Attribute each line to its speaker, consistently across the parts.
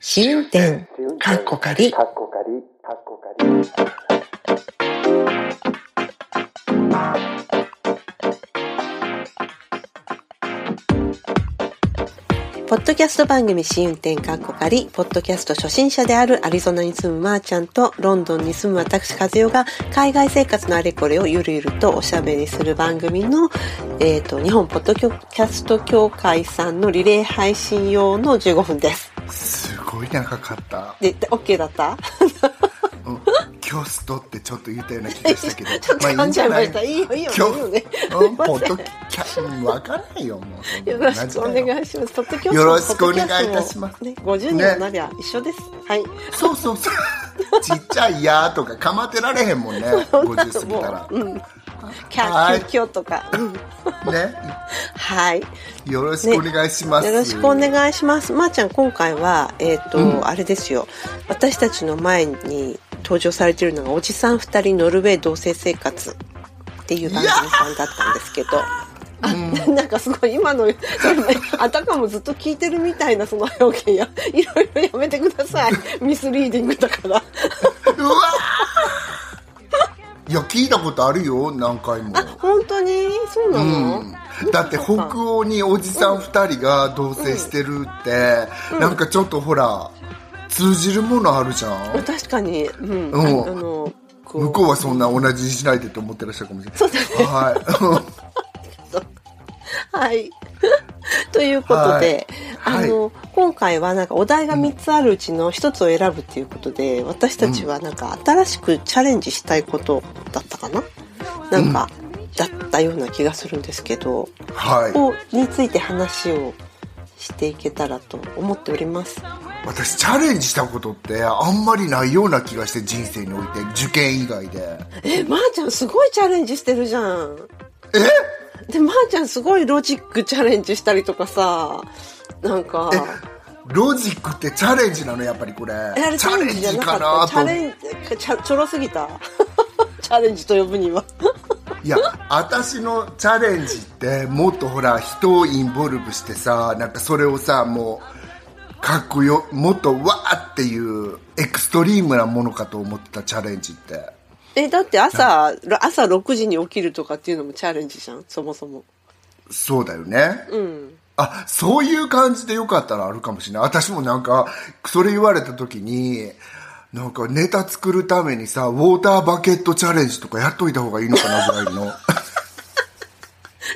Speaker 1: 試運転、かっこかり。
Speaker 2: かっこかり、かっこかり。
Speaker 1: ポッドキャスト番組試運転かっこかり、ポッドキャスト初心者であるアリゾナに住むまーちゃんとロンドンに住む私和代が海外生活のあれこれをゆるゆるとおしゃべりする番組の、えっ、と、日本ポッドキャスト協会さんのリレー配信用の15分です。
Speaker 2: すごい長かった。
Speaker 1: で、で OK だった
Speaker 2: うん今日ストってちょっと言ったような気がしたけ
Speaker 1: ちょっと
Speaker 2: ど。
Speaker 1: 噛んじゃいました。
Speaker 2: い
Speaker 1: いいよ、いいよ、いい
Speaker 2: 今日
Speaker 1: よね。
Speaker 2: うんポッドキャスト、わからないよ、もうそんな。
Speaker 1: よろしくお
Speaker 2: 同じだよ
Speaker 1: 願いします。ポッドキャスト
Speaker 2: よろしくお願いいたしま
Speaker 1: ポッドキャ
Speaker 2: す
Speaker 1: ストもね、50年になりゃ一緒です。はい。
Speaker 2: そうそう そう。ちっちゃいやーとか、かまってられへんもんね。50過ぎたら。
Speaker 1: もう、うん。キャ
Speaker 2: は
Speaker 1: ー
Speaker 2: い
Speaker 1: キューキョーとか。うん
Speaker 2: ね。
Speaker 1: はい。
Speaker 2: よろしくお願いします。
Speaker 1: よろしくお願いします。まー、ちゃん、今回は、えっ、と、
Speaker 2: うん
Speaker 1: あれですよ。私たちの前に登場されているのが、おじさん二人ノルウェー同棲生活っていう番組さんだったんですけど。あなんかすごい今の あたかもずっと聞いてるみたいなその表現やいろいろやめてくだ さいミスリーディングだから
Speaker 2: うわーいや、聞いたことあるよ、何回も。
Speaker 1: 本当にそうなの、
Speaker 2: うんだって北欧におじさん2人が同棲してるって、なんかちょっとほら通じるものあるじゃん
Speaker 1: 確かに、うん
Speaker 2: うん
Speaker 1: あのこ
Speaker 2: 向こうはそんな同じにしないでと思ってらっしゃるかもしれない
Speaker 1: そうだね
Speaker 2: は
Speaker 1: はい。 ということで、
Speaker 2: は
Speaker 1: あ
Speaker 2: い
Speaker 1: の、今回はなんかお題が3つあるうちの1つを選ぶっていうことで、私たちはなんか新しくチャレンジしたいことだったかな、なんか、だったような気がするんですけど、
Speaker 2: い、は
Speaker 1: を、について話をしていけたらと思っております。
Speaker 2: い、私チャレンジしたことってあんまりないような気がして人生において受験以外で
Speaker 1: え、まー、ちゃんすごいチャレンジしてるじゃん。えで、まー、ちゃんすごいロジックチャレンジしたりとかさ、なんか。
Speaker 2: ロジックってチャレンジなのやっぱりこれ
Speaker 1: あれ
Speaker 2: チャレ
Speaker 1: チャレ
Speaker 2: ン
Speaker 1: ンジじゃ
Speaker 2: ジ
Speaker 1: な
Speaker 2: か
Speaker 1: か
Speaker 2: な
Speaker 1: ったチ
Speaker 2: と
Speaker 1: ャレンジちゃちょろすぎた チャレンジと呼ぶにはい
Speaker 2: や私のチャレンジってもっとほら人をインボルブしてさなんかそれをさもうかっこよもっとわーっていうエクストリームなものかと思ってたチャレンジって
Speaker 1: えだって朝ろ朝6時に起きるとかっていうのもチャレンジじゃんそもそも
Speaker 2: そうだよね、
Speaker 1: うん
Speaker 2: あそういう感じでよかったらあるかもしれない私もなんかそれ言われた時になんかネタ作るためにさウォーターバケットチャレンジとかやっといた方がいいのかなぐら いの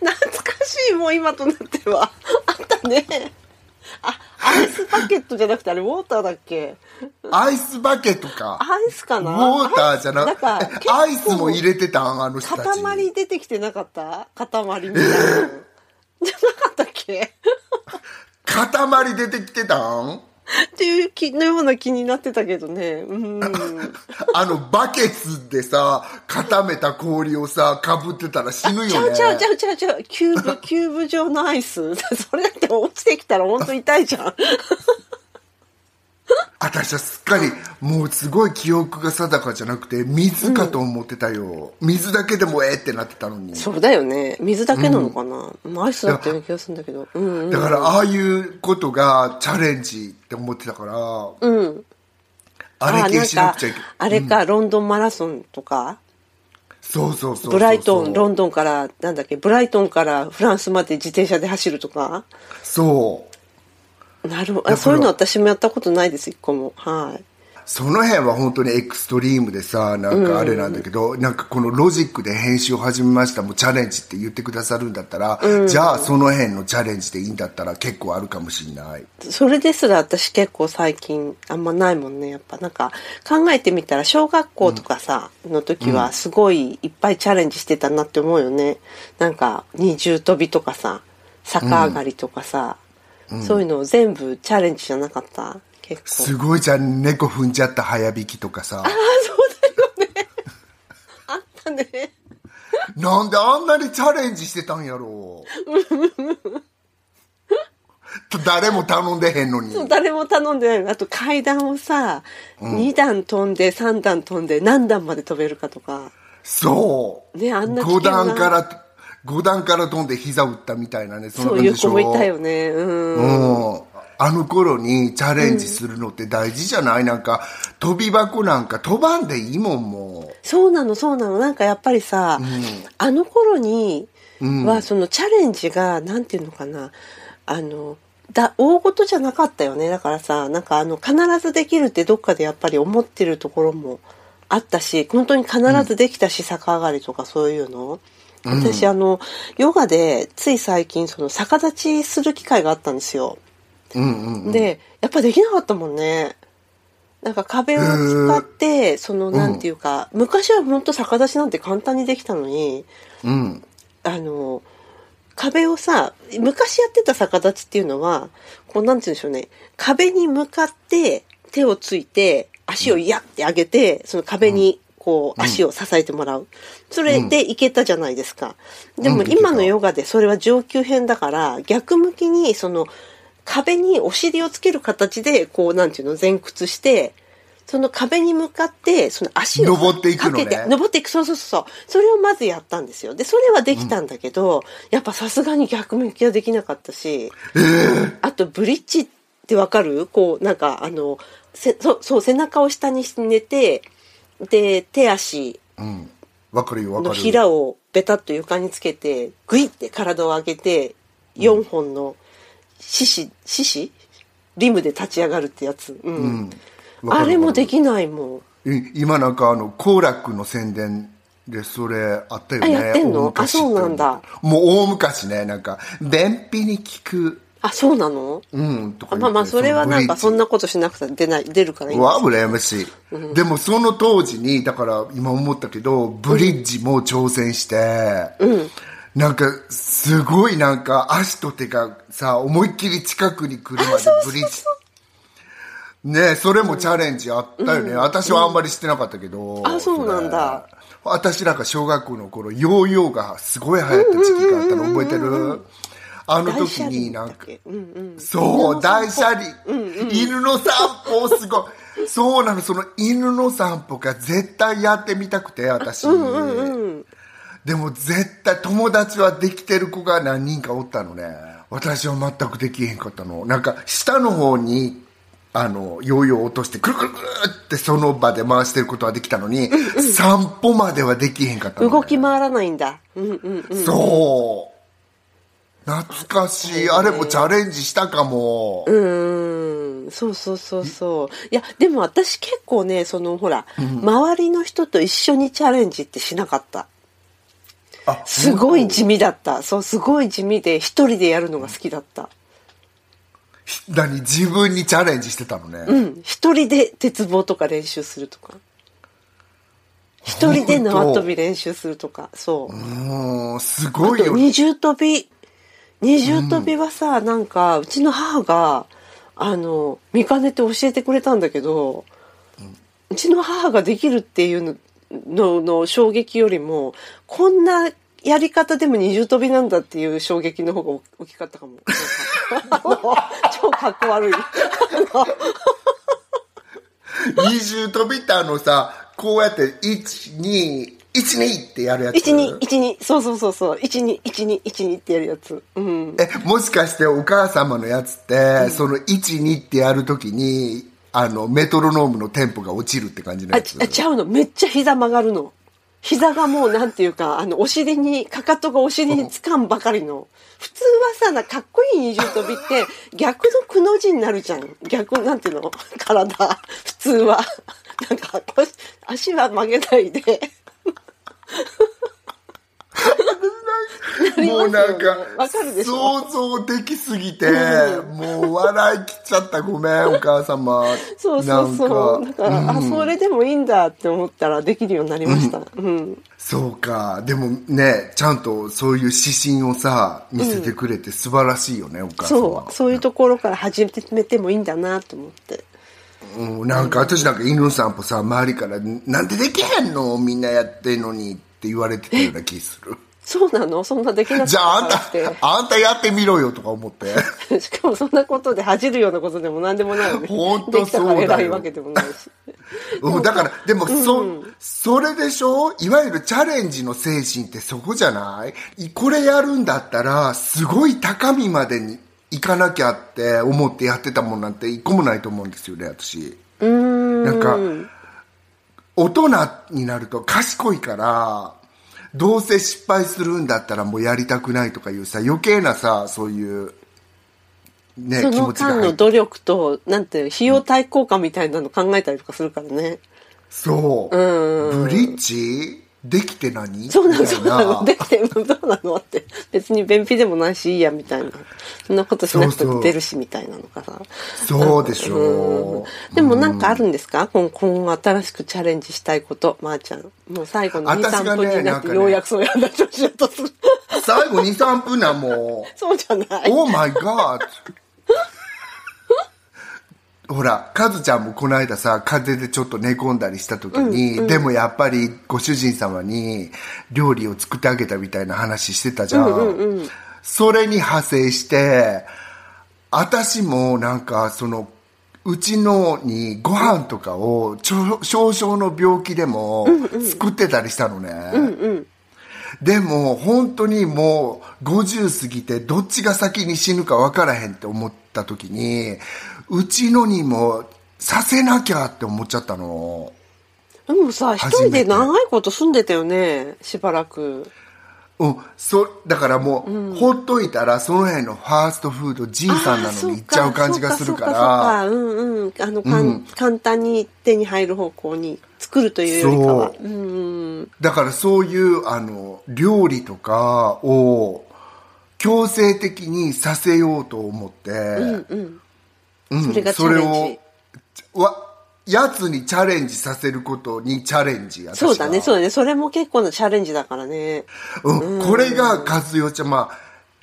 Speaker 1: 懐かしいもう今となっては あったねあアイスバケットじゃなくてあれウォーターだっけ
Speaker 2: アイスバケットか
Speaker 1: アイスか
Speaker 2: ウ
Speaker 1: な
Speaker 2: ォーターじゃなくて
Speaker 1: アイスんか結構
Speaker 2: アイスも入れてたんあの人たち
Speaker 1: 塊出てきてなかった塊みたいな、 じゃなかったっけ
Speaker 2: 塊出てきてたん
Speaker 1: っていう気のような気になってたけどねうん
Speaker 2: あのバケツでさ固めた氷をさかぶってたら死ぬよね
Speaker 1: ちゃうちゃうちゃうちゃうちゃうキュ ーブキューブ状のアイスそれだって落ちてきたら本当痛いじゃん
Speaker 2: 私はすっかりもうすごい記憶が定かじゃなくて水かと思ってたよ、水だけでもええってなってたのに
Speaker 1: そうだよね水だけなのかな、まあアイスだったような気がするんだけどうん
Speaker 2: だからああいうことがチャレンジって思ってたから、
Speaker 1: うん
Speaker 2: あれ系
Speaker 1: なん
Speaker 2: しな
Speaker 1: か
Speaker 2: くちゃいけない
Speaker 1: あれか、ロンドンマラソンとか
Speaker 2: そうそうそうそう
Speaker 1: ブライトンロ
Speaker 2: ン
Speaker 1: ンドンからなんだっけブライトンからフランスまで自転車で走るとか
Speaker 2: そう
Speaker 1: なるほ
Speaker 2: だ
Speaker 1: ど
Speaker 2: から
Speaker 1: そういうの私もやったことないです一個もはい
Speaker 2: その辺は本当にエクストリームでさなんかあれなんだけど、なんかこのロジックで編集を始めましたもうチャレンジって言ってくださるんだったら、じゃあその辺のチャレンジでいいんだったら結構あるかもしれない
Speaker 1: それですら私結構最近あんまないもんねやっぱなんか考えてみたら小学校とかさ、の時はすごいいっぱいチャレンジしてたなって思うよねなんか二重跳びとかさ逆上がりとかさ、そういうのを全部チャレンジじゃなかった結構
Speaker 2: すごいじゃん猫踏んじゃった早引きとか さ
Speaker 1: あそうだよね あったね
Speaker 2: なんであんなにチャレンジしてたんやろう誰も頼んでへんのに
Speaker 1: そう誰も頼んでないのあと階段をさ、二段飛んで三段飛んで何段まで飛べるかとか
Speaker 2: そう
Speaker 1: ねあんな危
Speaker 2: 5
Speaker 1: 険な
Speaker 2: 段から5段から飛んで膝打ったみたいなねそんな
Speaker 1: そう
Speaker 2: 感
Speaker 1: い
Speaker 2: じ
Speaker 1: う
Speaker 2: でし
Speaker 1: 子
Speaker 2: ょ
Speaker 1: もいたよねうん
Speaker 2: うんあの頃にチャレンジするのって大事じゃない、なんか飛び箱なんか飛ばんでいいもんも
Speaker 1: そうなのそうなのなんかやっぱりさ、あの頃にはそのチャレンジがなんていうのかなあのだ大事じゃなかったよねだからさなんかあの必ずできるってどっかでやっぱり思ってるところもあったし本当に必ずできたし、逆上がりとかそういうの。私あのヨガでつい最近その逆立ちする機会があったんですよ。
Speaker 2: う、うんうんうん、
Speaker 1: でやっぱできなかったもんねなんか壁を使ってそのなんていうか、昔は本当逆立ちなんて簡単にできたのに
Speaker 2: うん、
Speaker 1: あの壁をさ昔やってた逆立ちっていうのはこうなんて言うんでしょうね壁に向かって手をついて足をやって上げてその壁にこう足を支えてもらう、それでいけたじゃないですか、でも
Speaker 2: うんいけた
Speaker 1: 今のヨガでそれは上級編だから逆向きにその壁にお尻をつける形でこうなんていうの前屈してその壁に向かってその足を
Speaker 2: 登っていくのね
Speaker 1: かけて登っていくそうそうそうそうそれをまずやったんですよでそれはできたんだけど、やっぱさすがに逆向きはできなかったし、あとブリッジってわかるこうなんかあのせそうそう背中を下に寝てで手足
Speaker 2: うん、わかるよわか
Speaker 1: の
Speaker 2: るよ
Speaker 1: ひらをベタッと床につけてグイって体を上げて4本の獅子獅子リムで立ち上がるってやつ、うん
Speaker 2: うんわかる
Speaker 1: あれも
Speaker 2: わかる
Speaker 1: できないもん
Speaker 2: い今なんかあの幸楽の宣伝でそれあったよね
Speaker 1: あやってんの
Speaker 2: 大昔
Speaker 1: あそうなんだ
Speaker 2: もう大昔ねなんか便秘に効く
Speaker 1: あそうなの
Speaker 2: うんとか
Speaker 1: あ
Speaker 2: 言って
Speaker 1: まあまあそれはなんかそんなことしなくて出ない出るからいいんです
Speaker 2: わ羨ましい、でもその当時にだから今思ったけどブリッジも挑戦して、なんかすごいなんか足と手がさ思いっきり近くに来るまでブリッジねえそれもチャレンジあったよね、私はあんまりしてなかったけど、
Speaker 1: あそうなんだ
Speaker 2: それ私なんか小学校の頃ヨーヨーがすごい流行った時期があったの覚えてるあの時になんか
Speaker 1: 大車輪だっけうんうん
Speaker 2: そう、大車輪、犬の散歩、すご い。そうなの、その犬の散歩が絶対やってみたくて、私。でも絶対友達はできてる子が何人かおったのね。私は全くできへんかったの。なんか、下の方に、あの、ヨーヨー落として、くるくるくるってその場で回してることはできたのに、散歩まではできへんかったのね、
Speaker 1: 動き回らないんだうんうん
Speaker 2: そう。懐かしい。あれもチャレンジしたかも。
Speaker 1: うーんそうそうそうそういやでも私結構ねそのほら、周りの人と一緒にチャレンジってしなかった
Speaker 2: あ
Speaker 1: すごい地味だったそうすごい地味で一人でやるのが好きだった
Speaker 2: 何自分にチャレンジしてたのね、
Speaker 1: うん一人で鉄棒とか練習するとか一人で縄跳び練習するとかそう、
Speaker 2: うんすごいよ
Speaker 1: 二重跳び二重跳びはさ、なんかうちの母があの見かねて教えてくれたんだけど、うちの母ができるっていうののの衝撃よりもこんなやり方でも二重跳びなんだっていう衝撃の方が大きかったかも超かっこ悪い
Speaker 2: 二重飛びってあのさこうやって1212ってやるやつ
Speaker 1: 1212そうそうそうそう121212ってやるやつうん
Speaker 2: えもしかしてお母様のやつって、その12ってやるときにあのメトロノームのテンポが落ちるって感じの
Speaker 1: あ
Speaker 2: やつ
Speaker 1: ちあちゃうのめっちゃ膝曲がるの膝がもうなんていうかあのお尻にかかとがお尻につかんばかりの普通はさなかっこいい二重跳びって逆のくの字になるじゃん逆なんていうの体普通はなんか腰足は曲げないでりますよ
Speaker 2: もうなん
Speaker 1: わ
Speaker 2: か
Speaker 1: かるでしょ
Speaker 2: 想像できすぎて、
Speaker 1: う
Speaker 2: もう笑い切っちゃったごめんお母様
Speaker 1: そうそうそう
Speaker 2: な
Speaker 1: だ
Speaker 2: ん
Speaker 1: から、あそれでもいいんだって思ったらできるようになりましたうん、
Speaker 2: そうかでもねちゃんとそういう指針をさ見せてくれて素晴らしいよね、お母さん
Speaker 1: そ
Speaker 2: は
Speaker 1: うそういうところから始めてもいいんだなと思って。
Speaker 2: うん、なんか私なんか犬の散歩さ周りから「なんでできへんのみんなやってんのに」って言われてたような気する
Speaker 1: そうなのそんなできなかっ
Speaker 2: じゃああん
Speaker 1: た
Speaker 2: たあんたやってみろよとか思って
Speaker 1: て しかもそんなことで恥じるようなことでも何でもない よね
Speaker 2: ほんとそうだよ
Speaker 1: できたから偉いわけでもないし
Speaker 2: うんだからでもそ,、それでしょいわゆるチャレンジの精神ってそこじゃないこれやるんだったらすごい高みまでに行かなきゃって思ってやってたもんなんて一個もないと思うんですよね私
Speaker 1: うーん
Speaker 2: なんか大人になると賢いからどうせ失敗するんだったらもうやりたくないとかいうさ余計なさそういうね
Speaker 1: そ
Speaker 2: 気
Speaker 1: の
Speaker 2: 持ちが
Speaker 1: 間
Speaker 2: 入
Speaker 1: の
Speaker 2: って
Speaker 1: 努力となんていう費用対効果みたいなの考えたりとかするからね、
Speaker 2: そう、
Speaker 1: うん
Speaker 2: ブリッジできて何
Speaker 1: そうなの
Speaker 2: みたい
Speaker 1: そうなのできてどうなのって別に便秘でもないしいいやみたいなそんなことしなくて
Speaker 2: そうそ
Speaker 1: も
Speaker 2: う
Speaker 1: 出るしみたいなのかさ
Speaker 2: そうでしょ
Speaker 1: うんでもなんかあるんですか、今今後新しくチャレンジしたいことまー、ちゃんもう最後の
Speaker 2: 私がね
Speaker 1: 23分にな
Speaker 2: な
Speaker 1: っ
Speaker 2: んか
Speaker 1: て
Speaker 2: ね
Speaker 1: ようやくそういう話をしようとする
Speaker 2: 最後23分なもう
Speaker 1: そうじゃない
Speaker 2: オーマイガー ほらカズちゃんもこの間さ風邪でちょっと寝込んだりした時に、でもやっぱりご主人様に料理を作ってあげたみたいな話してたじゃん,、それに派生して私もなんかそのうちのにご飯とかをちょ少々の病気でも作ってたりしたのね、でも本当にもう50過ぎてどっちが先に死ぬか分からへんって思った時にうちのにもさせなきゃって思っちゃったの
Speaker 1: でもさ一
Speaker 2: 初
Speaker 1: 人
Speaker 2: めて
Speaker 1: で長いこと住んでたよねしばらく
Speaker 2: うんそだからもう、ほっといたらその辺のファーストフードじいさんな
Speaker 1: あーそ
Speaker 2: のに行っちゃう感じがするから
Speaker 1: そうかそうかそうかうんうんあの、かん簡単に手に入る方向に作るというよりかは
Speaker 2: そう
Speaker 1: うんうん
Speaker 2: だからそういうあの料理とかを強制的にさせようと思って、
Speaker 1: うん
Speaker 2: うん
Speaker 1: それがチャレンジ
Speaker 2: をわやつにチャレンジさせることにチャレンジ私が
Speaker 1: そうだねそうだねそれも結構なチャレンジだからね
Speaker 2: うん、これが和代ちゃんまあ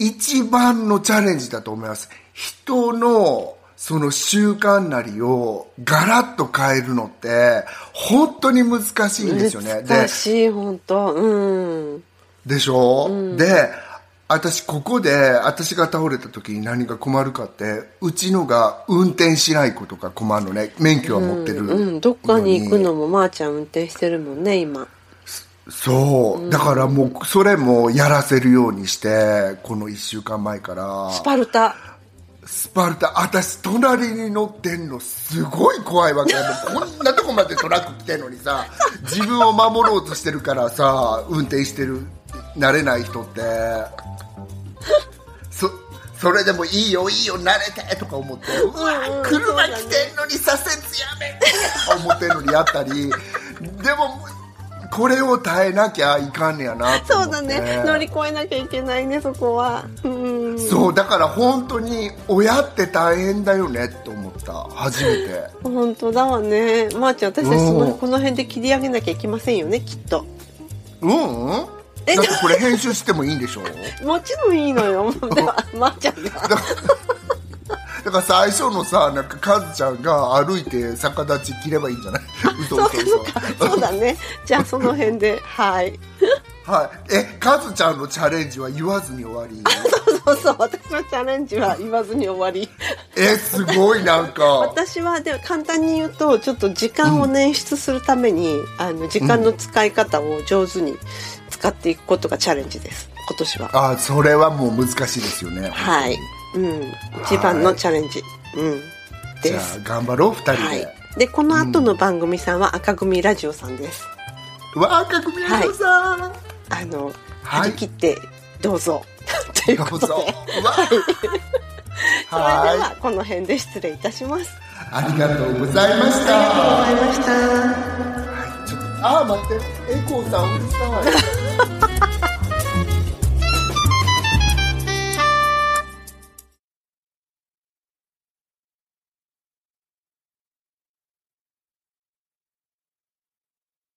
Speaker 2: 一番のチャレンジだと思います人のその習慣なりをガラッと変えるのって本当に難しいんですよねで
Speaker 1: 難しい本当うん
Speaker 2: でしょ、で私ここで私が倒れた時に何が困るかってうちのが運転しないことが困るのね免許は持ってるのに、
Speaker 1: うん、どっかに行くのもまーちゃん運転してるもんね今
Speaker 2: そうだからもうそれもやらせるようにしてこの1週間前から
Speaker 1: スパルタ
Speaker 2: スパルタ私隣に乗ってんのすごい怖いわけもうこんなとこまでトラック来てんのに さ自分を守ろうとしてるからさ運転してる慣れない人ってそそれでもいいよいいよ慣れてとか思ってうわ車来てんのに左折やめてとか思ってんのにやったりでもこれを耐えなきゃいかんねやなと
Speaker 1: そう
Speaker 2: 思って
Speaker 1: だね乗り越えなきゃいけないねそこはうん
Speaker 2: そうだから本当に親って大変だよねって思った初めて
Speaker 1: 本当だわねまー、ちゃん私たちその
Speaker 2: うん
Speaker 1: この辺で切り上げなきゃいけませんよねきっと
Speaker 2: うんうんだ
Speaker 1: え
Speaker 2: ってこれ編集してもいいんでしょ
Speaker 1: もちろんいいのよではまー、ちゃんが
Speaker 2: だから最初のさなんかカズちゃんが歩いて逆立ち切ればいいんじゃ ない嘘
Speaker 1: そう
Speaker 2: 嘘
Speaker 1: か
Speaker 2: 嘘
Speaker 1: そうかそうだねじゃあその辺ではい
Speaker 2: はいえカズちゃんのチャレンジは言わずに終わり
Speaker 1: そうそうそう私のチャレンジは言わずに終わり
Speaker 2: えすごいなんか
Speaker 1: 私はでも簡単に言うとちょっと時間を捻出するために、あの時間の使い方を上手に使っていくことがチャレンジです今年は
Speaker 2: あそれはもう難しいですよね
Speaker 1: はい、うん、一番のチャレンジ、うん
Speaker 2: じ
Speaker 1: で
Speaker 2: ゃ
Speaker 1: す
Speaker 2: あ頑張ろう二人で、
Speaker 1: はいでこの後の番組さんは赤組ラジオさんです、
Speaker 2: わあ角宮城さん、
Speaker 1: あの
Speaker 2: はい
Speaker 1: 張り切ってどうぞという
Speaker 2: ど
Speaker 1: こ
Speaker 2: う
Speaker 1: と
Speaker 2: ぞ
Speaker 1: で それで
Speaker 2: わ
Speaker 1: はこの辺で失礼いたします
Speaker 2: ありがとうございまし
Speaker 1: あ
Speaker 2: た。
Speaker 1: りがとうございました
Speaker 2: ちょっとあー待って、エコーさんうるさい。